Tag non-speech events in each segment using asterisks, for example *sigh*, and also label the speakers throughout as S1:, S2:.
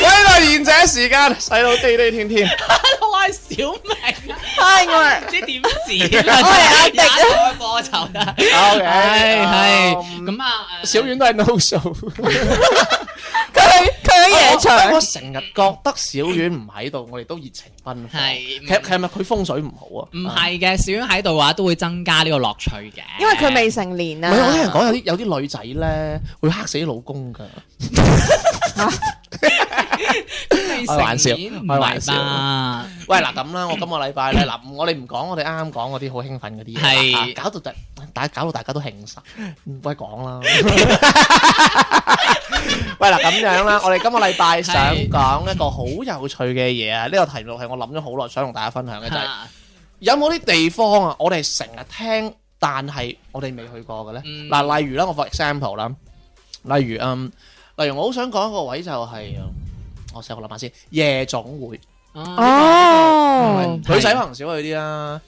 S1: 喂，嚟贤者時間，細佬地地天天，
S2: 我係小明，
S1: 嗨我
S2: 唔
S1: 係
S2: 知點止啦， *laughs* 我係阿迪 *laughs* 啊，播酬啦，
S1: ，OK，
S2: 係係
S1: 嗯
S2: 咁啊，誒
S1: 小遠都係 no show，
S3: 佢喺夜
S1: 我
S3: 場，
S1: 成日覺得小遠唔喺度，我哋都熱情奔放。
S2: 係
S1: 其實係咪佢風水唔好啊？
S2: 唔係嘅，小英喺度嘅話都會增加呢個樂趣嘅，
S3: 因為佢未成年
S1: 唔係，我聽人
S3: 啊。
S1: 講有啲有啲女仔咧會黑死老公㗎，
S2: 未
S1: 開玩笑
S2: 成年唔
S1: 開玩
S2: 係
S1: 笑
S2: 吧？
S1: 喂嗱咁啦，我今個禮拜咧嗱，我哋唔講我哋啱啱講嗰啲好興奮嗰啲嘢
S2: 係
S1: 啦，啊搞到大大搞到大家都興晒，唔該講啦。喂嗱咁樣啦，我哋今個禮拜想
S2: 係
S1: 講一個好有趣嘅嘢啊！呢個題目係我諗咗好耐，想同大家分享嘅就係
S2: 嚇
S1: 有冇啲地方啊，我哋成日聽，但係我哋未去過嘅咧。
S2: 嗯
S1: 嗱，例如啦，我 for example 啦，例如嗯，例如我好想講一個位就係我細個諗下先，夜總會。
S2: 哦，
S3: 哦，
S2: 係
S1: 女仔可能少去啲啦，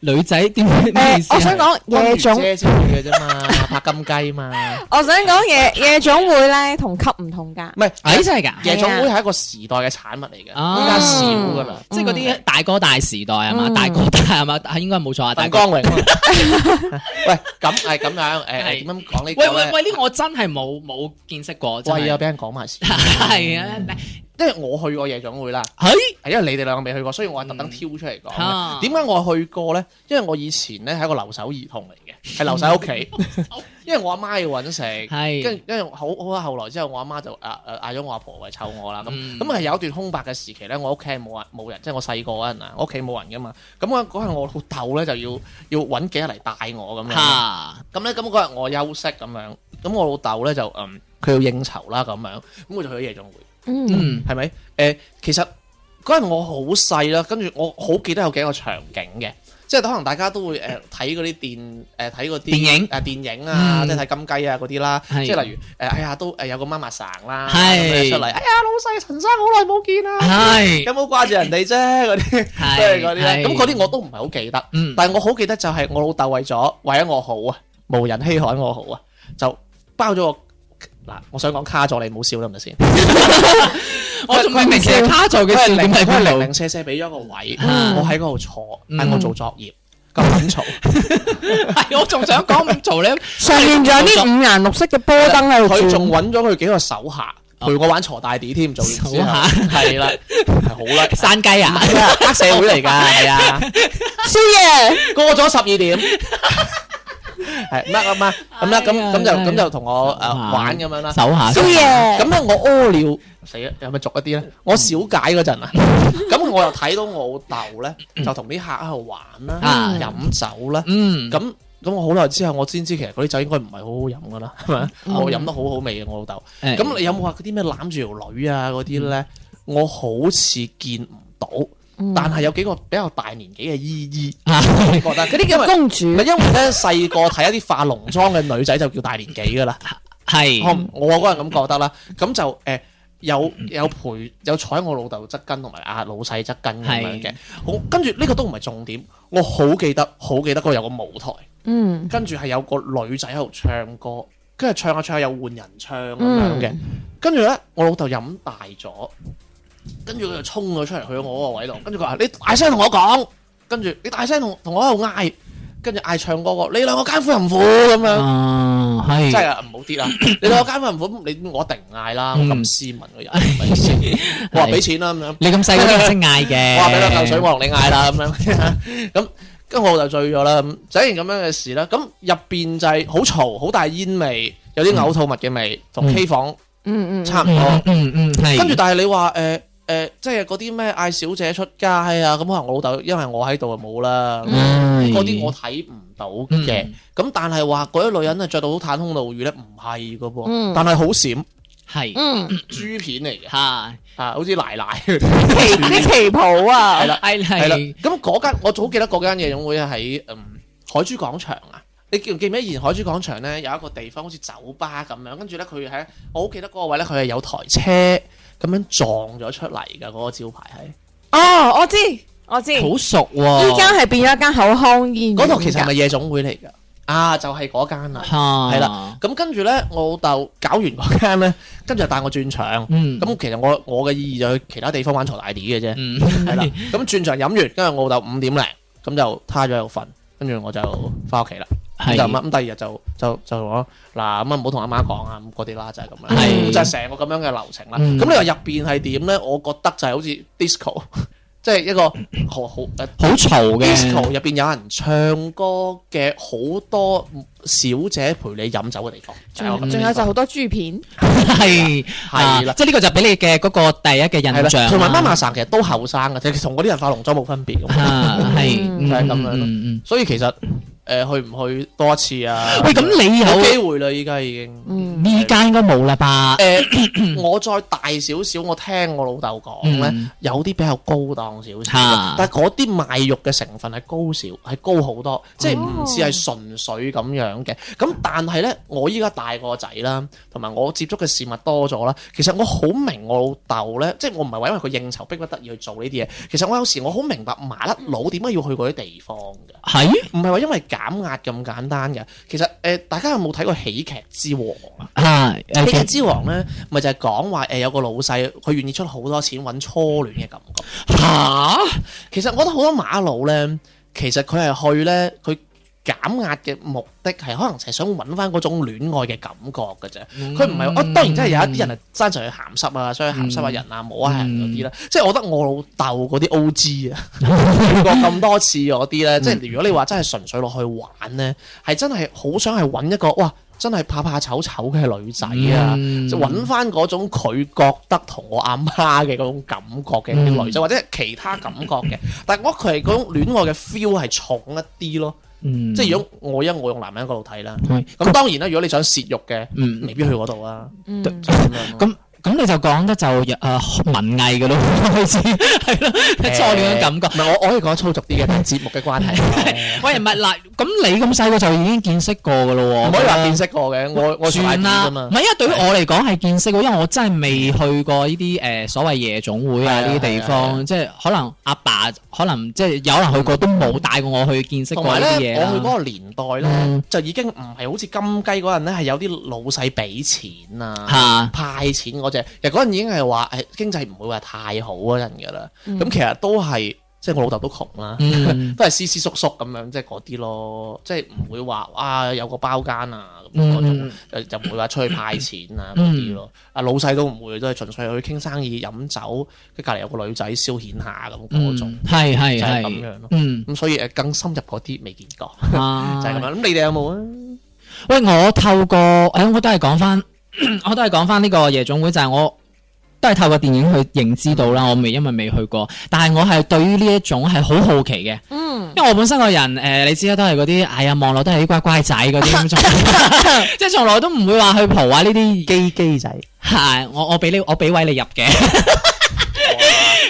S2: 女仔點咩
S3: 誒，
S2: 意思啊？
S3: 我想講夜總，
S1: 姐先去嘅啫嘛，
S2: *laughs*
S1: 拍金雞嘛，
S3: 我想講夜夜總會咧同級唔同㗎。
S1: 唔係
S2: 誒真係㗎，
S1: 哎夜總會係一個時代嘅產物嚟嘅，依
S2: 啊
S1: 家少噶啦，
S2: 即係嗰啲大哥大時代係嘛？
S3: 嗯
S2: 大哥大係嘛？啊應該冇錯啊，大
S1: 鄧
S2: 哥。
S1: 光榮。 *laughs* 喂，
S2: *laughs*
S1: 咁係咁樣，誒
S2: 啊係
S1: 點樣講呢個
S2: 喂
S1: 咧？
S2: 喂喂，呢個我真係冇冇見識過，真
S1: 喂，又
S2: 係
S1: 俾人講埋先，
S2: 係啊！
S1: *laughs* 因為我去過夜
S2: *laughs*
S1: 總會啦。
S2: 嘿，
S1: 係因為你哋兩個未去過，所以我係特登挑出嚟講
S2: 嗯啊
S1: 嘅。點解我去過呢？因為我以前呢係一個留守兒童嚟嘅，係留守喺屋
S2: *laughs*
S1: 企， *laughs* 因為我阿媽要揾食。
S2: 係
S1: 跟住，因為好好後來之後，我阿媽就啊啊嗌咗我阿婆嚟湊我啦。咁
S2: 嗯
S1: 咁係有一段空白嘅時期呢，我屋企係冇人冇人，即係我細個嗰陣啊，我屋企冇人噶嘛。咁我嗰日我老豆呢，就要要揾幾日嚟帶我咁樣。
S2: 嚇
S1: 咁咧，咁嗰日我休息咁樣，咁我老豆咧就嗯，佢要應酬啦咁樣，咁我就去咗夜總會，
S3: 嗯，
S2: 嗯
S1: 係咪？誒、其實嗰日我好細啦，跟住我好記得有幾個場景嘅，即係可能大家都會誒睇嗰啲電誒睇嗰啲
S2: 電影
S1: 誒、電影啊，
S2: 嗯
S1: 即係睇金雞啊嗰啲啦，
S2: 係
S1: 即係例如誒、哎呀都誒有個媽媽生啦，
S2: 係
S1: 咁樣出嚟，哎呀老細陳生好耐冇見啦，
S2: 係
S1: 有冇掛住人哋啫嗰啲，即係
S2: 係
S1: 嗰啲咧，咁嗰啲我都唔係好記得。
S2: 嗯
S1: 但係我好記得就係我老豆為咗為咗我好啊，無人稀罕我好啊，就包咗個嗱，我想講卡咗你，冇笑得唔得
S2: *laughs*
S1: 先？
S2: 我仲未明其實卡座嘅
S1: 佢係
S2: 笑點
S1: 零，
S2: 係
S1: 佢係零
S2: 邊度？
S1: 零舍舍俾咗個位，
S2: 嗯
S1: 我喺嗰度坐，
S2: 嗯
S1: 嗌我做作業，咁撚嘈。
S2: 係我仲想講咁嘈咧，
S1: *laughs*
S3: 上面仲有啲五顏六色嘅波燈喺度
S1: 佢仲
S3: 轉，
S1: 揾咗佢幾個手下陪我玩鋤大 D 添，做完之後
S2: 手下
S1: 係啦，係好叻，
S2: 山雞啊！
S1: *laughs* 黑社會嚟㗎，係啊。
S3: 宵夜
S1: 過咗十二點，係乜咁啊？咁啦，咁
S2: 哎呀
S1: 咁就
S2: 真係
S1: 咁就同我
S2: 手
S1: 誒
S2: 下
S1: 玩咁樣啦。
S2: 手下
S3: 宵夜，
S1: 咁咧我屙尿死啦，有咪俗一啲咧？我小解嗰陣啊，咁我又睇到我老豆咧，就同啲客喺度玩啦
S2: 啊、
S1: 飲酒啦。
S2: 嗯
S1: 咁咁我好耐之後，我先知其實嗰啲酒應該唔係好好飲噶啦，係咪？我飲得好好味嘅我老豆。
S2: 誒
S1: 咁你有冇話嗰啲咩攬住條女啊嗰啲咧？我好似見唔到，
S3: 嗯
S1: 但係有幾個比較大年紀嘅姨姨，
S2: 啊
S1: 我覺得嗰啲
S3: 叫公主
S1: 唔係因為咧細個睇一啲化濃妝嘅女仔就叫大年紀噶啦，我
S2: 係
S1: 唔我嗰陣咁覺得啦，咁就誒、呃有有陪有坐喺我老豆側跟同埋阿老細側跟咁樣嘅，好跟住呢個都唔係重點，我好記得好記得嗰個有個舞台，
S3: 嗯，
S1: 跟住係有個女仔喺度唱歌，跟住唱下唱下又換人唱咁樣嘅，跟住咧我老豆飲大咗，跟住佢就衝咗出嚟去咗我嗰個位度，跟住佢話你大聲同我講，跟住你大聲同同我喺度嗌，跟住嗌唱歌個你兩個奸夫淫婦咁樣。
S2: 啊
S1: 真係
S2: 係
S1: 啊，唔好啲啦！你兩個奸夫淫婦，你我一定唔嗌啦！我咁
S2: 嗯
S1: 斯文嘅人，係咪先我話俾錢啦咁樣，
S2: 你咁細個都唔識嗌
S1: *laughs*
S2: 嘅，
S1: 我話俾兩嚿水，我同你嗌啦咁樣。咁跟住我就醉咗啦，咁整完咁樣嘅事啦。咁入邊就係好嘈，好大煙味，有啲嘔吐物嘅味，同
S2: 嗯
S1: K 房
S3: 嗯嗯，
S1: 差唔
S2: 嗯
S1: 多。
S2: 嗯嗯系。
S1: 跟住但係你話誒誒，即係嗰啲咩嗌小姐出街啊，咁可能我老豆因為我喺度就冇啦。咁
S2: 唉
S1: 嗰啲我睇唔到嘅，咁但係話嗰啲女人啊着到好袒胸露乳咧，唔係噶
S3: 嗯
S1: 噃，但係好閃，
S2: 系
S3: 嗯，
S1: *laughs* 豬片嚟嘅
S2: 吓
S1: 啊，好似奶奶
S3: 旗啲旗袍啊，
S1: 係啦
S2: 系
S1: 係啦
S2: 系。
S1: 咁嗰間我好記得嗰間夜總會喺嗯海珠廣場啊。你記唔記唔記得以前海珠廣場咧有一個地方好似酒吧咁樣，跟住咧佢喺我好記得嗰個位咧，佢係有台車咁樣撞咗出嚟㗎，嗰、個招牌
S3: 哦，我知我知，
S2: 好熟
S3: 依
S2: 喎。
S3: 家係變咗一間口腔醫院㗎，
S1: 嗰度其實係咪夜總會嚟㗎？啊，就係嗰間啦。
S2: 吓
S1: 係啦，咁跟住咧，我老豆搞完嗰間咧，跟住就帶我轉場。
S2: 嗯
S1: 咁其實我我嘅意義就去其他地方玩嘈大啲嘅啫，
S2: 嗯
S1: 係啦。咁轉場飲完，跟住我老豆五點零咁就趴咗喺度瞓，跟住我就翻屋企啦。咁
S2: 系
S1: 就咁啦咁第二日就就就話嗱咁啊，唔好同阿媽講啊，咁嗰啲啦就係咁啦。
S2: 係
S1: 咁就係成個咁樣嘅流程啦。咁
S2: 嗯
S1: 你話入邊係點咧？我覺得就係好似 disco，即 *laughs* 係一個好好誒
S2: 好嘈嘅。
S1: disco 入邊有人唱歌嘅好多小姐陪你飲酒嘅地方。
S3: 仲
S1: 就係我
S3: 有
S1: 咁嘅
S3: 仲有就
S1: 地方
S3: 好多豬片，
S2: 系
S1: 係啦
S2: 即係呢個就俾你嘅嗰個第一嘅
S1: 係
S2: 印象啊
S1: 啦，
S2: 啦。
S1: 同埋媽媽生其實都後生嘅，其實同嗰啲人化濃妝冇分別咁。
S2: 啊，係
S3: 嗯
S1: 就係咁樣咯
S2: 嗯嗯嗯
S1: 所以其實誒去唔去多一次啊？
S2: 喂，咁你
S1: 冇
S2: 有
S1: 機會啦，依家已經。
S3: 嗯
S2: 呢家應該冇啦吧？
S1: 誒， *coughs* 我再大少少，我聽我老豆講咧
S2: 嗯，
S1: 有啲比較高檔少少嘅
S2: 嚇，
S1: 但係嗰啲賣肉嘅成分係高少，係高好多，即係唔似係純粹咁樣嘅。咁但係咧，我依家大個仔啦，同埋我接觸嘅事物多咗啦，其實我好明我老豆咧，即係我唔係話因為佢應酬逼不得已去做呢啲嘢，其實我有時我好明白麻甩佬點解要去嗰啲地方嘅。
S2: 係
S1: 唔係話因為減壓咁簡單嘅，其實誒、呃大家有冇睇過《喜劇之王》啊？
S2: 啊，
S1: 《喜劇
S2: 誒
S1: 之王》咧，咪就係講話誒呃有個老細，佢願意出好多錢揾初戀嘅感覺。
S2: 嚇
S1: 其實我覺得好多馬佬咧，其實佢係去咧，佢減壓嘅目的係可能係想揾翻嗰種戀愛嘅感覺嘅啫。佢唔係
S2: 嗯
S1: 我當然真係有一啲人係真係去鹹濕啊，想去鹹濕下人啊，摸下人嗰啲啦。
S2: 嗯
S1: 即係我覺得我老豆嗰啲
S2: *laughs*
S1: O.G. 啊，去過咁多次嗰啲咧，即
S2: 嗯
S1: 係如果你話真係純粹落去玩咧，係真係好想係揾一個哇，真係怕怕醜醜嘅女仔啊！
S2: 嗯
S1: 就揾翻嗰種佢覺得同我阿媽嘅嗰種感覺嘅
S2: 嗯
S1: 啲女仔，或者係其他感覺
S2: *laughs*
S1: 嘅。但係我覺得佢係嗰種戀愛嘅 feel 係重一啲咯。
S2: 嗯
S1: 即係如果我因我用男人角度睇啦，
S2: 係
S1: 咁當然啦，如果你想泄欲嘅，
S2: 嗯
S1: 未必去嗰度啊。
S3: 嗯
S1: *laughs* 就係咁樣咯
S2: 咁咁你就講得就誒、呃文藝嘅咯，開始係咯，初戀嘅感覺。
S1: 唔係我我可以講粗俗啲嘅，但係節目嘅關係， *laughs*
S2: 喂，唔係嗱，咁你咁細個就已經見識過嘅咯喎，
S1: 唔可以話見識過嘅。我我做大
S2: 算
S1: 啲
S2: 啦，
S1: 㗎
S2: 唔
S1: 嘛。
S2: 係因為對於我嚟講係見識喎，因為我真係未去過呢啲誒所謂夜總會啊
S1: 係啊
S2: 呢啲地
S1: 係
S2: 方，即係可能阿爸可能即係有可能去過都冇帶過我去見識
S1: 同
S2: 過
S1: 埋
S2: 呢啲嘢
S1: 咧，
S2: 啦
S1: 我去嗰個年代咧，就已經唔係好似金雞嗰陣咧，係有啲老細俾錢啊。 *laughs*
S2: 嚇
S1: 派錢嗰只，其實嗰陣已經係話誒經濟唔會話太好嗰陣㗎啦。咁、其實都係即係我老豆都窮啦，
S2: 嗯
S1: 都係斯斯縮縮咁樣，即係嗰啲咯，即係唔會話啊有個包間啊咁
S2: 嗯
S1: 嗰種，誒就唔會話出去派錢啊嗰啲咯。啊老細都唔會，都係純粹去傾生意、飲酒，跟住隔離有個女仔消遣下咁嗰種。
S2: 嗯係係
S1: 就係
S2: 係
S1: 咁樣咯 *laughs*
S2: 嗯
S1: 咁所以誒更深入嗰啲未見過，
S2: 啊
S1: 就係咁樣。咁你哋有冇啊？
S2: 喂，我透過誒、我都係講翻， *clears throat* 我都係講翻呢個夜總會，就係、我都係透過電影去認知到啦。我未因為未去過，但係我係對於呢一種係好好奇嘅，
S3: 嗯
S2: 因為我本身個人誒、你知啦，都係嗰啲哎呀望落都係啲乖乖仔嗰啲咁，從即係從來都唔會話去蒲啊呢啲。
S1: 機機仔，
S2: 係我我俾你我俾位你入嘅，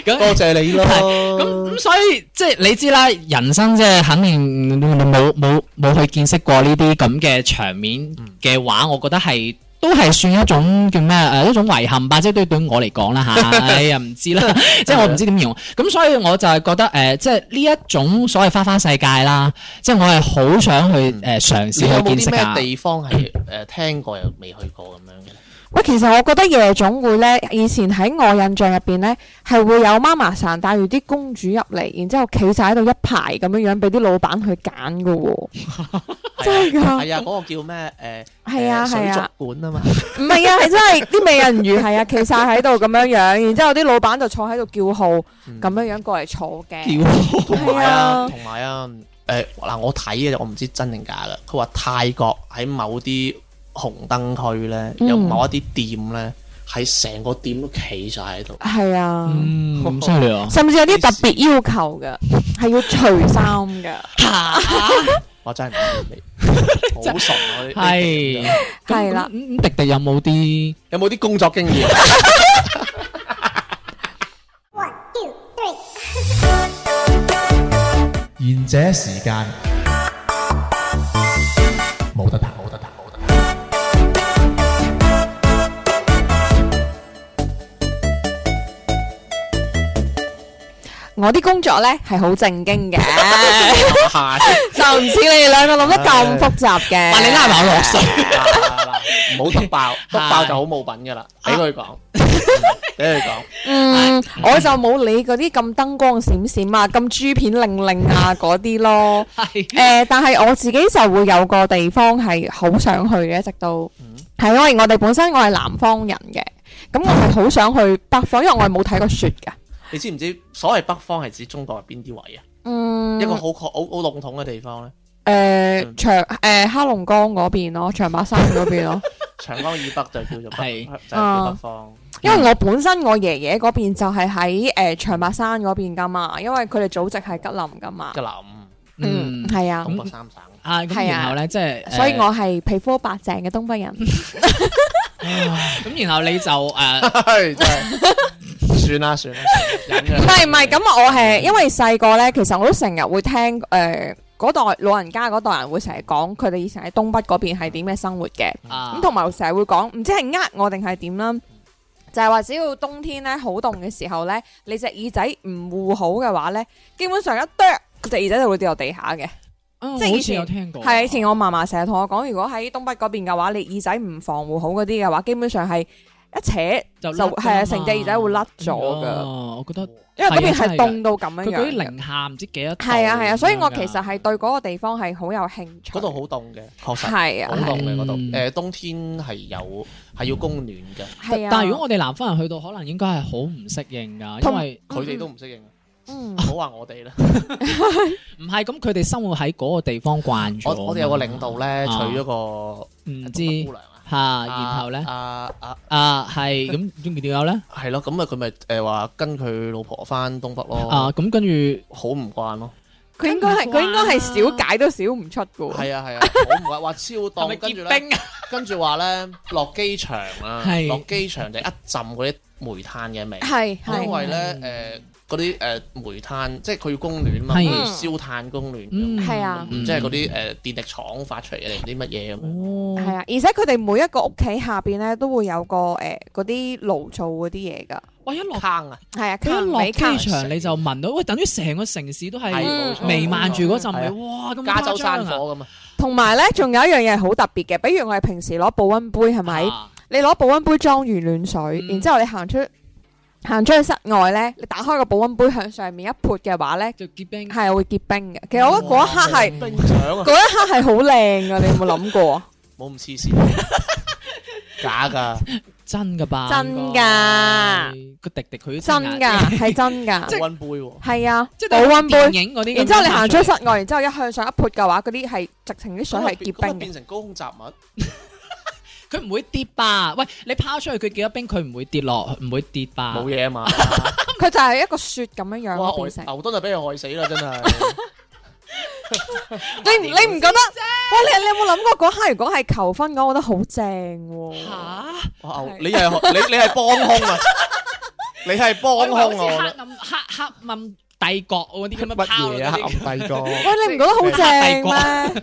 S2: *laughs* 咁
S1: 多謝你咯。
S2: 咁咁所以即係你知啦，人生即係肯定嗯冇冇冇去見識過呢啲咁嘅場面
S1: 嗯
S2: 嘅話，我覺得係。都係算一種叫咩誒、一種遺憾吧，即係對對我嚟講
S3: *laughs*
S2: 啦嚇，哎呀唔知啦， *laughs* 即係我唔知點形容。咁所以我就係覺得誒、即係呢一種所謂花花世界啦，即係我係好想去誒、嘗
S1: 嗯你有
S2: 試去
S1: 冇
S2: 見識
S1: 啲
S2: 啊
S1: 咩。地方係誒聽過又未去過咁樣嘅？
S3: 喂，其實我覺得夜總會咧，以前喺我印象入邊咧，係會有媽媽生帶住啲公主入嚟，然之後企晒喺度一排咁樣樣，俾啲老闆去揀噶喎。 *laughs* 真係㗎
S1: 係啊，嗰個叫咩？誒
S3: 哦係啊
S1: 誒水
S3: 係
S1: 族
S3: 啊，
S1: 館啊嘛，
S3: 唔係啊，係真係啲美人魚係啊，企晒喺度咁樣樣，然之後啲老闆就坐喺度叫號咁
S1: 嗯
S3: 樣樣過嚟坐嘅。
S1: 同
S3: 係
S1: 埋
S3: 啊
S1: 啊，同埋啊，誒嗱，我睇嘅我唔知真定假啦。佢話泰國喺某啲紅燈區咧，
S3: 嗯
S1: 有某一啲店咧，係成個店都企晒喺度。
S3: 係啊，
S2: 嗯，咁犀
S3: *laughs*
S2: 利啊！
S3: 甚至有啲特別要求嘅，係要除衫嘅。
S1: 我真係唔知你，好純啊！呢
S2: 係
S3: 係啦
S2: 咁咁咁迪迪有冇啲？
S1: 有冇啲工作經驗？
S4: One, two, three.
S5: 賢者時間冇得彈，冇得彈，冇得彈。
S3: 我啲工作咧係好正
S1: *laughs*
S3: 經嘅，
S1: 下先
S3: 就唔似你哋兩個諗得咁複雜嘅。
S2: 哇！你拉埋我落水，
S1: 嗱唔好得爆，得爆就好冇品噶啦。俾佢講，嗯俾佢講。
S3: 嗯，我就冇你嗰啲咁燈光閃閃啊，咁珠片令令啊嗰啲咯。誒、
S2: 係
S3: 但係我自己就會有個地方係好想去嘅，一直都
S1: 嗯
S3: 係、因為我哋本身我係南方人嘅，咁我係好想去北方，因為我係冇睇過雪㗎。
S1: 你知唔知所謂北方係指中國係邊啲位啊？
S3: 嗯，
S1: 一個好確好好籠統嘅地方咧，
S3: 誒長誒黑龍江嗰邊咯，長白山嗰邊咯。
S1: 長江以北就叫做北，
S2: 係
S1: 就叫北方。
S2: 嗯
S3: 因為我本身我爺爺嗰邊就係喺誒長白山嗰邊噶嘛，因為佢哋祖籍係吉林噶嘛
S1: 吉。林、
S3: 嗯，
S2: 嗯
S3: 係啊，
S1: 東北三 *laughs* 省，
S2: 啊咁，
S3: 係啊
S2: 然後咧即係，
S3: 所以
S2: 誒
S3: 我係皮膚白淨嘅東北
S2: *laughs*
S3: 人。
S2: 咁，然後
S3: *laughs*
S2: 你就誒。
S1: 真係算啦算啦，算啦
S3: 唔
S1: 忍咗
S3: 係唔係，咁我
S2: 嗯
S3: 係因為細個咧，其實我都成日會聽誒呃嗰、代老人家嗰代人會成日講佢哋以前喺東北嗰邊係點嘅生活嘅，
S2: 啊
S3: 咁同埋成日會講，唔知係呃我定係點啦。就係話，只要冬天咧好凍嘅時候咧，你隻耳仔唔護好嘅話咧，基本上一啄隻耳仔就會跌落地下嘅。
S2: 啊
S3: 即係
S2: 我好
S3: 以
S2: 似
S3: 前
S2: 有聽過，
S3: 係以前我嫲嫲成日同我講，如果喺東北嗰邊嘅話，你耳仔唔防護好嗰啲嘅話，基本上係一扯，
S2: 就
S3: 就係啊
S2: 係
S3: 成隻耳仔會甩咗㗎
S2: 我覺得
S3: 因為嗰邊係
S2: 係啊
S3: 凍到咁樣
S2: 佢嗰
S3: 樣。
S2: 啲零下唔知幾多度咁樣㗎，
S3: 係啊係啊，所以我其實係對嗰個地方係好有興趣。
S1: 嗰度好凍嘅，確實
S3: 係
S1: 好
S3: 啊
S1: 凍嘅嗰度。
S2: 嗯
S1: 誒冬天係有係要供暖嘅，
S3: 係啊。
S2: 但係如果我哋南方人去到，可能應該係好唔適應㗎，
S3: 同
S2: 因為
S1: 佢哋都唔適應。
S3: 嗯
S1: 唔好話我
S2: *laughs*
S1: 哋啦，
S2: 唔係咁佢哋生活喺嗰個地方慣咗。
S1: 我我哋有個領導咧，娶
S2: 啊
S1: 咗個
S2: 唔
S1: 北姑
S2: 知
S1: 娘啊，
S2: 嚇，然後咧
S1: 啊啊
S2: 啊係咁，仲有咧
S1: 係咯，咁啊佢咪誒話跟佢老婆翻東北
S2: 啊
S1: 咯，
S2: 咁跟住
S1: 好唔慣 *laughs* 咯，
S3: 佢應該係佢應該係少解都少唔出嘅喎。
S1: 係啊係啊，好唔慣，話
S2: *laughs*
S1: 超
S2: 係咪
S1: 凍，跟住
S2: 結
S1: 咧，
S2: 冰啊？
S1: 跟住話咧落機場啊，
S2: 係
S1: 落機場就一浸嗰啲煤炭嘅味，
S3: 係
S1: 因
S3: 係
S1: 為咧誒嗰啲誒煤炭，即係佢要供暖啊嘛，
S2: 係
S1: 要燒炭供暖咁，
S2: 嗯
S3: 係啊
S1: 即係嗰啲誒電力廠發出嚟嘅定啲乜嘢咁樣，
S2: 哦
S3: 係啊，而且佢哋每一個屋企下邊咧都會有個誒嗰啲爐灶嗰啲嘢㗎。
S2: 哇一落
S1: 坑啊，
S3: 係啊，
S2: 佢一落
S3: 尾卡
S2: 機場你就聞到，喂等於成個城市都係
S1: 係
S3: 冇錯
S2: 瀰漫住嗰陣
S1: 係
S2: 味，
S1: 啊
S2: 哇咁
S1: 加州
S2: 誇張啊
S1: 山火咁啊，
S3: 同埋咧，仲有一樣嘢係好特別嘅，比如我哋平時攞保温杯係咪？
S2: 啊
S3: 你攞保温杯裝完暖水，
S2: 嗯
S3: 然之後你行出行出去室外咧，你打開個保温杯向上面一潑嘅話咧，
S2: 就結冰。
S3: 係會結冰嘅。其實我覺得嗰一刻係
S1: 冰場
S3: 嗰一
S1: 啊，
S3: 刻係好靚㗎，你有冇諗
S2: *laughs*
S3: 過？
S1: 冇咁黐線，假㗎。
S2: 真噶吧？
S3: 真㗎
S2: 應該個迪迪佢都
S3: 真
S2: 㗎
S3: 㗎，係真
S2: *laughs*
S1: 保
S3: 㗎，
S1: 温杯喎，
S3: 係啊
S2: 即，係
S3: 保温杯。
S2: 電影嗰啲咁樣。
S3: 然之後你行出去室外，然之後一向上一潑嘅話，嗰啲係直情啲水係
S1: 咁咪
S3: 結冰
S1: 變成高空雜
S2: 啊
S1: 物，
S2: 佢唔會跌吧？喂，你拋出去佢幾多冰，佢唔會跌落，唔會跌吧？
S1: 冇嘢
S2: *laughs*
S1: 啊嘛。
S3: 嘅，佢就係一個雪咁樣樣
S1: 哇，
S3: 咯
S1: 牛
S3: 變成。
S1: 牛頓就俾佢害死啦，真
S2: *laughs*
S1: 係。
S3: 你唔你唔覺得？哇！你你有冇諗過嗰刻如果係求婚講，我覺得好正喎。
S2: 嚇！
S1: 哇牛
S3: 係，
S1: 你係你你係幫兇
S2: *laughs*
S1: 啊！你係幫
S2: 我以為好似
S1: 兇
S2: 黑
S1: 啊！
S2: 暗黑黑暗帝國嗰啲咁樣
S1: 乜
S2: 拋
S1: 嘢啊？
S2: 嗰啲，
S1: 暗帝哥， *laughs*
S3: 喂，你唔覺得好正咩？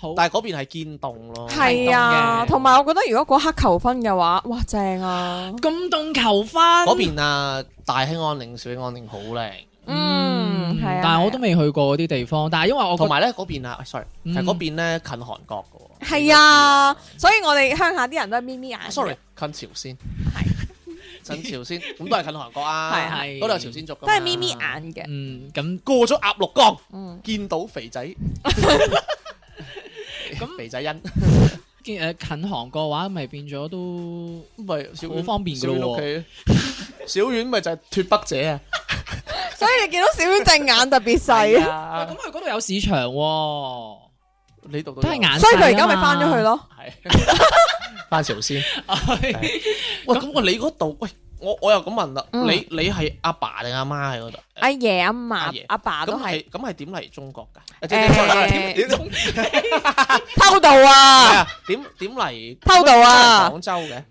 S2: 好
S1: 但係嗰邊係堅凍咯。
S3: 係啊，
S2: 係凍嘅
S3: 同埋我覺得如果嗰刻求婚嘅話，哇，正啊！
S2: 咁凍求婚
S1: 嗰邊啊，大興安嶺、小興安嶺好靚，
S3: 嗯，係啊。
S2: 但係我都
S3: 係啊
S2: 未去過嗰啲地方，但係因為我覺得
S1: 同埋咧嗰邊啊，sorry，à,
S2: 嗯
S1: 係嗰邊咧近韓國嘅喎。
S3: 係啊，所以我哋鄉下啲人都係眯眯眼嘅。
S1: À, sorry，近朝鮮係近朝鮮，咁都係近韓國啊。
S3: 係
S2: 係
S1: 嗰度有朝鮮族㗎嘛
S3: 都係眯眯眼。嘅。
S2: 嗯咁
S1: 過咗鴨綠江，
S3: 嗯，
S1: 見到肥仔，
S2: 咁
S1: 肥仔欣。
S2: 見誒呃近韓國嘅話，咪變咗都
S1: 咪小
S2: 好方便㗎
S1: 小丸
S2: 咯
S1: 屋
S2: 喎
S1: 企，小丸咪就係脱北者啊！
S3: 所以你見到小丸隻眼特別細。
S2: Dạ.
S1: 啊
S2: 喂咁佢嗰度有市場喎。
S1: 你讀到
S2: 都係
S3: *laughs*
S2: 眼
S3: 所以佢而家咪翻咗去咯。
S1: 系翻朝先。
S2: 咯。
S1: 喂，咁我你嗰度，喂，我我又咁問啦，
S3: 嗯
S1: 你你係阿爸定阿媽喺嗰度？
S3: 阿爺阿嫲
S1: 阿爺
S3: 阿爸都
S1: 咁
S3: 係
S1: 係咁係點嚟中國㗎？即係
S3: 誒
S1: 點點點
S3: 偷渡啊，
S1: 點點嚟
S3: 偷渡啊
S1: 廣州嘅？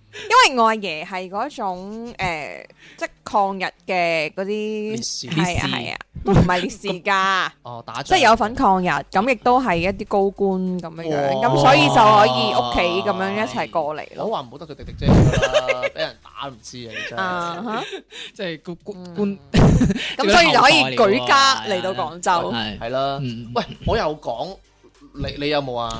S3: 因為我阿爺係嗰種誒，即係抗日嘅嗰
S1: 烈
S3: 啲
S1: 士
S3: 係啊係啊，都唔係烈士㗎。
S1: 哦，打
S3: 即
S1: 仗
S3: 係有份抗日，咁亦都係一啲高官咁樣樣，
S1: 哇
S3: 咁所以就可以屋企咁樣一齊過嚟
S1: 我
S3: 咯。
S1: 話唔好得佢滴滴啫啦，俾人打唔知啊！你
S3: *laughs*
S1: 真
S3: 啊
S1: 係
S3: 哈
S2: 即係官官
S3: 嗯
S2: 官
S3: 咁所以就可以
S2: *laughs*
S3: 舉家嚟到廣州。
S2: 係。
S1: 係啦。
S2: 嗯
S1: 喂，我又講你你有冇啊？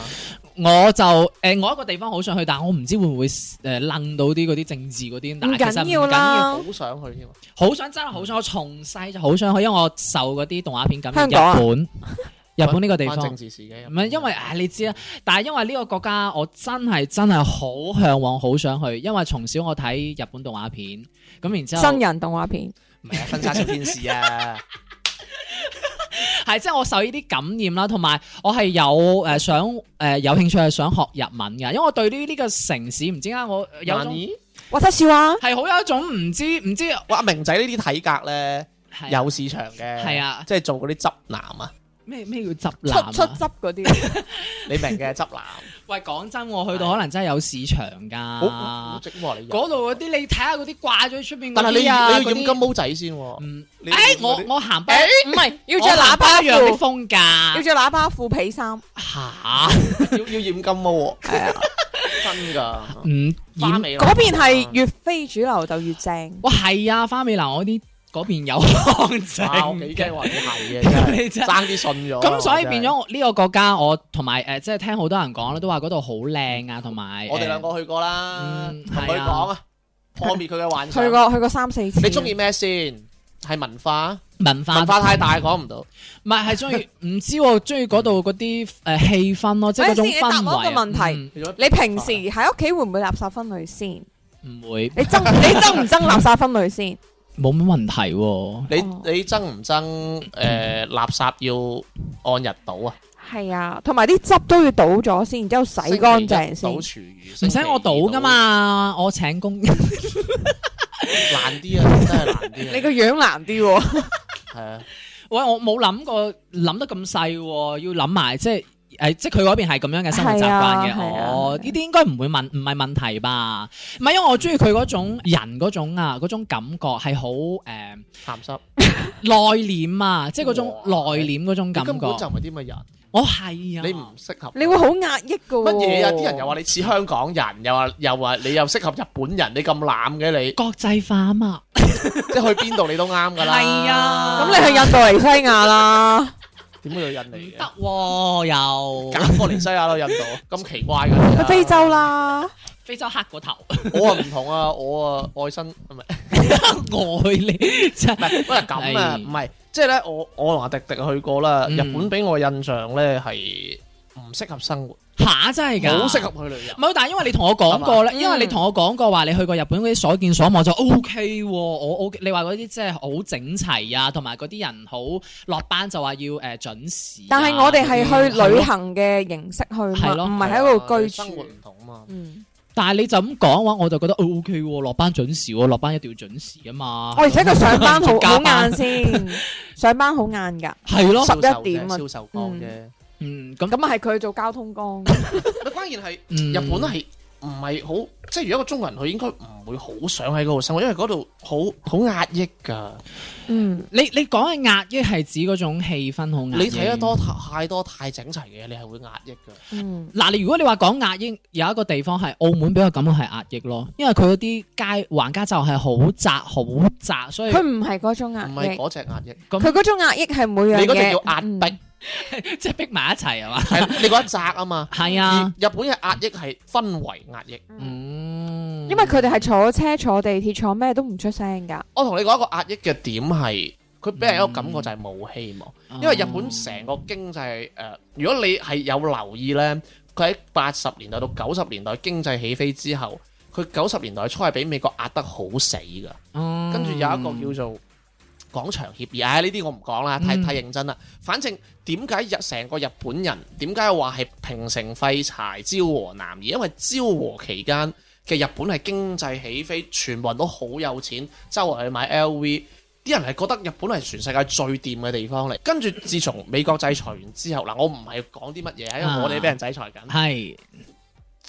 S2: 我就誒、我一個地方好想去，但我唔知會唔會誒楞到啲嗰啲政治嗰啲。但係其實
S3: 唔緊
S2: 唔
S3: 要
S2: 緊要
S3: 啦
S1: 好想去添啊！
S2: 好想真係好想，我從細就好想去，因為我受嗰啲動畫片感
S3: 香
S2: 染。
S3: 港啊
S2: 日本，日本呢個地
S1: 關
S2: 方
S1: 政。治事嘅
S2: 唔係因為唉，你知啦，但係因為呢個國家，我真係真係好向往，好想去，因為從小我睇日本動畫片，咁然之後
S3: 新人動畫片，
S1: 唔係啊，婚紗小天使啊，
S2: 係即係我受呢啲感染啦，同埋我係有誒、呃想誒、呃有興趣係想學日文㗎，因為我對呢呢個城市唔知點解我 *laughs* 有一種
S1: 咦？
S3: 我睇笑啊！
S2: 係好有一種唔知唔知
S1: 哇，明仔呢啲體格咧
S2: 係
S1: 有市場嘅，
S2: 係啊
S1: 即係做嗰啲執男啊，
S2: 咩咩叫執
S3: 出
S2: 男啊
S3: 出汁嗰
S2: *laughs*
S3: 啲，
S1: 你明嘅 *laughs* 執男，
S2: 喂，講真，我去到可能真係有市場㗎。
S1: 好好值喎你。
S2: 嗰度嗰啲你睇下嗰啲掛咗喺出邊
S1: 但係
S2: 嗰
S1: 你你
S2: 啲啊，
S1: 要
S2: 嗰啲
S1: 染金毛仔先喎，
S2: 嗯，
S1: 你
S2: 哎
S1: 要
S2: 我
S1: 染嗰啲
S2: 我行不
S3: 唔係要
S2: 要
S3: 着喇叭
S2: 一樣啲
S3: 褲，
S2: 風㗎
S3: 要。着喇叭褲皮衫，
S2: 吓，
S1: 要要染金毛喎，
S3: 係啊，
S1: 真㗎。
S2: 嗯，
S1: 花
S2: 染
S1: 美男
S3: 嗰邊係越非主流就越正。
S2: 哇係啊，花美男我啲嗰邊有 *laughs* 抗
S1: 哇我
S2: 爭
S1: 幾驚話你
S2: *laughs*
S1: 係嘅，
S2: 你
S1: 真
S2: 真
S1: 係爭啲信咗。啊
S2: 咁所以
S1: 我真係
S2: 變咗我呢個國家，我同埋誒，即係聽好多人講啦，都話嗰度好靚啊，同埋
S1: 我哋
S2: 兩
S1: 兩
S2: 個
S1: 個去過啦，
S2: 嗯
S1: 同佢
S2: 係啊
S1: 講啊，破滅佢嘅幻想
S3: 去。過去過三四次。
S1: 你中意？咩先？係文化，
S2: 文化
S1: 文化太大講唔到。
S2: 唔係係中意， *laughs* 唔知喎，中意嗰度嗰啲誒氣氛咯，即係嗰
S3: 等
S2: 種
S3: 陣先你答
S2: 氛
S3: 我一個
S2: 圍
S3: 問
S2: 啊。
S3: 題
S1: 你做乜
S3: 你平時喺屋企會唔會垃圾分類先？你
S2: 嗯唔會 *laughs*
S3: 憎你憎唔憎垃圾分類先？
S2: 冇乜問題喎。
S1: 你
S3: 哦
S1: 你爭唔爭？誒，垃圾要按日倒啊，
S3: 係啊，同埋啲汁都要倒咗先，然之後洗乾淨
S1: 星期一
S3: 先。
S1: 倒廚餘，
S2: 唔使我賭噶嘛，我請工。
S1: 星期二倒，難啲啊，
S3: *laughs*
S1: 真係難啲啊。
S3: 你個樣難啲喎， *laughs*
S1: 係啊，
S2: 喂，我冇諗過諗得咁細喎，要諗埋即係。誒，即係佢嗰邊係咁樣嘅生活習慣
S3: 係啊係
S2: 嘅，
S3: 啊
S2: 哦，呢啲應該唔會問，唔係問題吧？唔係因為我中意佢嗰種人嗰種啊，嗰種感覺係好誒
S1: 鹹濕，
S2: 內斂啊，即係嗰種
S1: 哇
S2: 內斂嗰種
S1: 你
S2: 感
S1: 根本就
S2: 覺。
S1: 唔係啲咁嘅人，
S2: 我係啊，
S1: 你唔適合。
S3: 你會好壓抑噶。
S1: 乜嘢啊？啲人又話你似香港人，又話又話你又適合日本人，你咁
S3: *laughs*
S1: 濫嘅你，
S2: 國際化啊嘛，
S1: 即係去邊度你都啱㗎啦。
S2: 係啊
S3: 咁你去印度尼西亞
S1: *laughs*
S3: 啦，
S1: 點會有印
S2: 唔
S1: 尼
S2: 得
S1: 嘅？
S2: 喎又
S1: 揀過尼西亞
S3: *laughs*
S1: 咯，印度咁奇怪㗎。
S3: 去非洲。
S1: 啊
S3: 啦，
S2: 非洲黑個頭 *laughs*
S1: 我啊唔同啊，我啊愛新唔係
S2: 愛你真
S1: 唔係，喂咁啊，
S2: 係
S1: 唔係即係咧，我我同阿迪迪去過啦，
S2: 嗯
S1: 日本俾我印象咧係唔適合生活，
S2: 嚇真係㗎，
S1: 好適合去旅遊
S2: 唔。係，但係因為你同我講過咧，
S3: 係嘛
S2: 因為你同我講過話你去過日本嗰啲所見所望就 O K 喎，我 O、k 你話嗰啲即係好整齊啊，同埋嗰啲人好落班就話要誒、呃、準時啊、
S3: 但係我哋係去旅
S2: 係咯，
S3: 行嘅形式去嘛，
S2: 係咯
S3: 唔係喺度居
S1: 啊生活
S3: 住
S1: 唔。同啊嘛。
S3: 嗯，
S2: 但係你就咁講嘅話，我就覺得 O K 喎，落班準時喎，落班一定要準時啊嘛。
S3: 我而且佢上班
S1: *laughs*
S3: 好
S2: 仲加
S3: 好
S2: 班
S3: 晏先，上班好晏㗎。
S2: 係咯
S3: 十，
S1: 銷
S3: 11
S1: 售
S3: 點啊
S1: 啫銷售光啫。
S2: 嗯咁
S3: 咁啊係佢做交通工，
S1: 咁關鍵係
S2: 嗯
S1: 日本係唔係好？即係如果一個中國人，佢應該唔會好想喺嗰度生活，因為嗰度好好壓抑㗎。
S3: 嗯，
S2: 你你講嘅壓抑係指嗰種氣氛好壓抑。
S1: 你睇得多太多太整齊嘅嘢，你係會壓抑㗎。
S3: 嗯，
S2: 嗱，你如果你話講壓抑，有一個地方係澳門俾我感覺係壓抑咯，因為佢嗰啲街橫街就係好窄好窄，所以
S3: 嗯佢唔係嗰種壓
S1: 唔係
S3: 抑，
S1: 嗰隻壓抑，
S3: 佢嗰種壓抑係每樣嘢。
S1: 你嗰隻叫壓
S3: 嗯
S1: 迫，
S2: 即係逼埋一齊係嘛？
S1: 係你嗰一扎啊
S3: *laughs*
S1: 嘛。
S2: 係 *laughs*
S1: 而
S2: 啊，
S1: 日本嘅壓抑係氛圍壓抑。
S2: 嗯，
S3: 因為佢哋係坐車、坐地鐵、坐咩都唔出聲㗎。
S1: 我同你講一個壓抑嘅點係，佢俾人一個感覺就係冇希望，因為日本成個經濟誒、呃如果你係有留意呢，佢喺八十年代到九十年代經濟起飛之後，佢九十年代初係俾美國壓得好死㗎，
S2: 嗯
S1: 跟住有一個叫做廣場協議，唉呢啲我唔講啦，太
S2: 嗯
S1: 太認真啦。反正點解日成個日本人點解話係平成廢柴昭和男兒？因為昭和期間嘅日本係經濟起飛，全部人都好有錢，周圍去買 LV。啲人係覺得日本係全世界最掂嘅地方嚟，跟住自從美國制裁完之後，嗱我唔係講啲乜嘢，因
S2: 啊
S1: 為我哋俾人制裁緊，
S2: 係，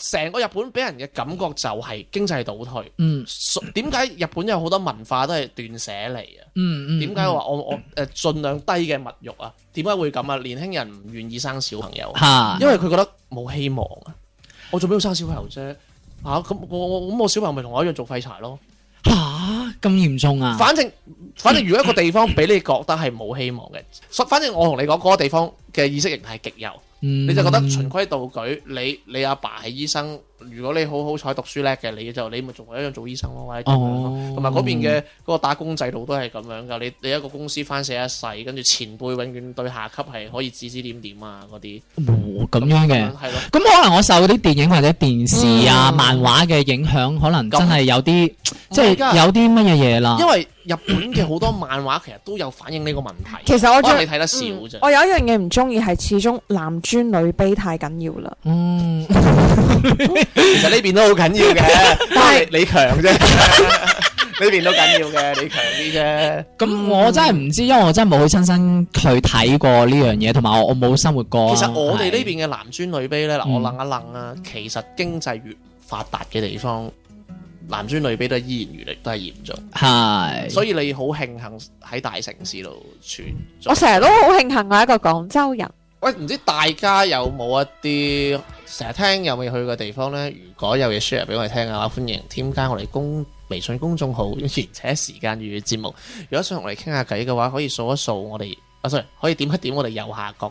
S1: 成個日本俾人嘅感覺就係經濟倒退。
S2: 嗯
S1: 所點解日本有好多文化都係斷捨離啊？
S2: 嗯嗯，
S1: 點解話我我誒盡量低嘅物欲啊？點解會咁啊？年輕人唔願意生小朋友，啊
S2: 吓
S1: 因為佢覺得冇希望啊！我做咩要生小朋友啫？嚇咁我我咁我小朋友咪同我一樣做廢柴咯。
S2: 吓咁嚴重啊？
S1: 反正反正，如果一個地方俾你覺得係冇希望嘅，所反正我同你講嗰個地方嘅意識形態極右。
S2: 你
S1: 你就覺
S2: 嗯
S1: 得循規蹈矩，你你阿爸係醫生，如果你好好彩讀書叻嘅，你就你咪仲一樣做醫生咯，或者做樣咯
S2: 哦
S1: 同埋嗰邊嘅嗰個打工制度都係咁樣噶，你你一個公司翻寫一世，跟住前輩永遠對下級係可以指指點點啊嗰啲，
S2: 哦咁樣嘅。
S1: 係咯，
S2: 咁可能我受啲電影或者電視啊、
S1: 嗯
S2: 漫畫嘅影響，可能真係有啲即係
S1: 唔係㗎
S2: 有啲乜嘢嘢啦
S1: 因。為日本嘅好多漫畫其實都有反映呢個問題，
S3: 其實我
S1: 可能
S3: 最
S1: 你睇得少
S3: 嗯
S1: 啫。
S3: 我有一樣嘢唔中意係始終男尊女卑太緊要啦。
S2: 嗯，
S1: 其實呢邊都好緊要嘅，
S3: 但
S1: *laughs* 但
S3: 係
S1: 係你強啫， *laughs* 呢邊都緊要嘅，你強啲啫。
S2: 咁我真係唔知，因為我真係冇去親身去睇過呢樣嘢，同埋我我冇生活過啊。
S1: 其實我哋呢
S2: 係
S1: 邊嘅男尊女卑呢，嗱
S2: 嗯
S1: 我楞一楞啦，其實經濟越唔發達嘅地方，男尊女卑都係依然越嚟都係嚴重，
S2: 係，
S1: 所以你好慶幸喺大城市度存在。
S3: 我成日都好慶幸我係一個廣州人，
S1: 喂，唔知大家有冇一啲成日聽有未去過嘅地方呢？如果有嘢 share 俾我哋聽嘅話，歡迎添加我哋公微信公眾號，而且時間與節目。如果想同我哋傾下偈嘅話，可以掃一掃我哋啊，sorry，可以點一點我哋右下角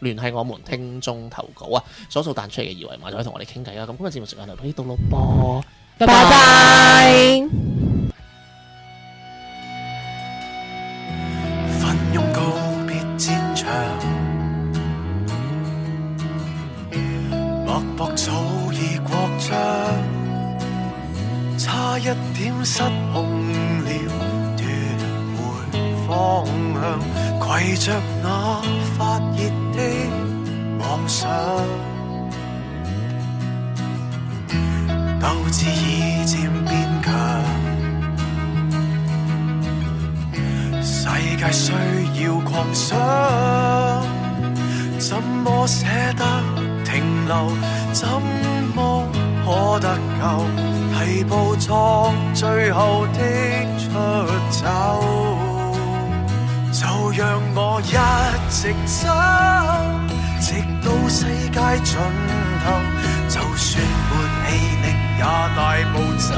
S1: 聯繫我們聽眾投稿啊，所掃彈出嚟嘅二維碼就可以同我哋傾偈啦。咁今日節目時間就到呢度咯噃。
S2: 拜
S3: 拜拜。
S6: 奮勇告別戰場，脈搏早已擴張，差一點失控了，奪回方向，攜着那發熱的妄想，鬥志已漸變強。世界需要狂想，怎麼捨得停留？怎麼可得救？提步作最後的出走，就讓我一直走，直到世界盡頭。就算沒氣力也大步走，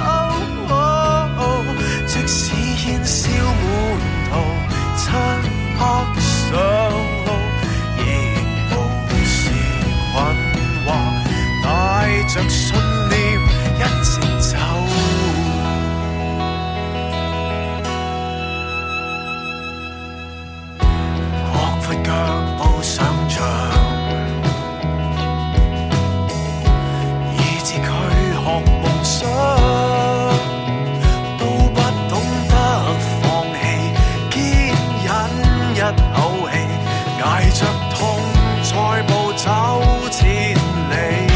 S6: 哦哦即使煙消滿途，漆黑上路，亦無視困惑，帶着信念一直走。擴闊腳步上場。以致佢學夢想，都不懂得放棄，堅忍一口氣，捱着痛再步走千里。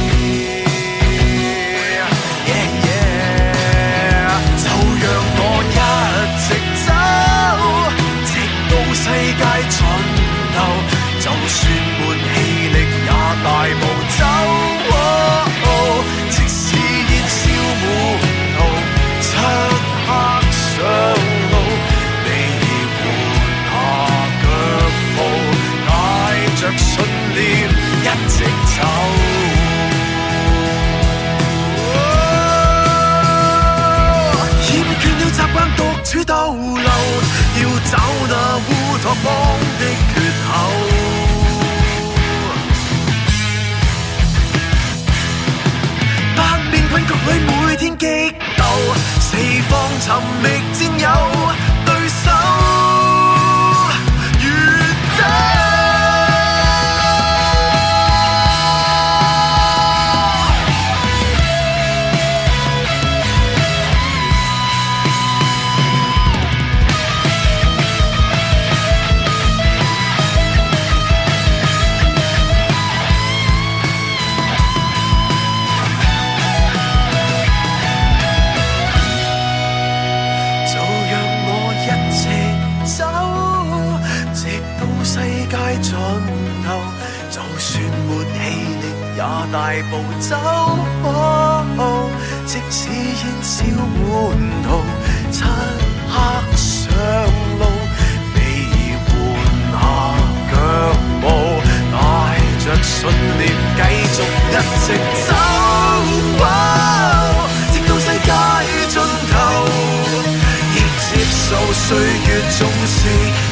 S6: Yeah, yeah，就讓我一直走，直到世界盡頭。就算沒氣力也大步走，哦哦即使煙消滿途，漆黑上路，你緩下腳步，帶着信念一直走。厭倦了習慣獨處逗留，要找那烏托邦的缺口。百變困局裏每天激鬥，四方尋覓戰友對手。越走盡頭，就算沒氣力也大步走。哦即使煙消滿途，漆黑上路，未換下腳步，帶着信念繼續一直走。哦直到世界盡頭，要接受歲月，總是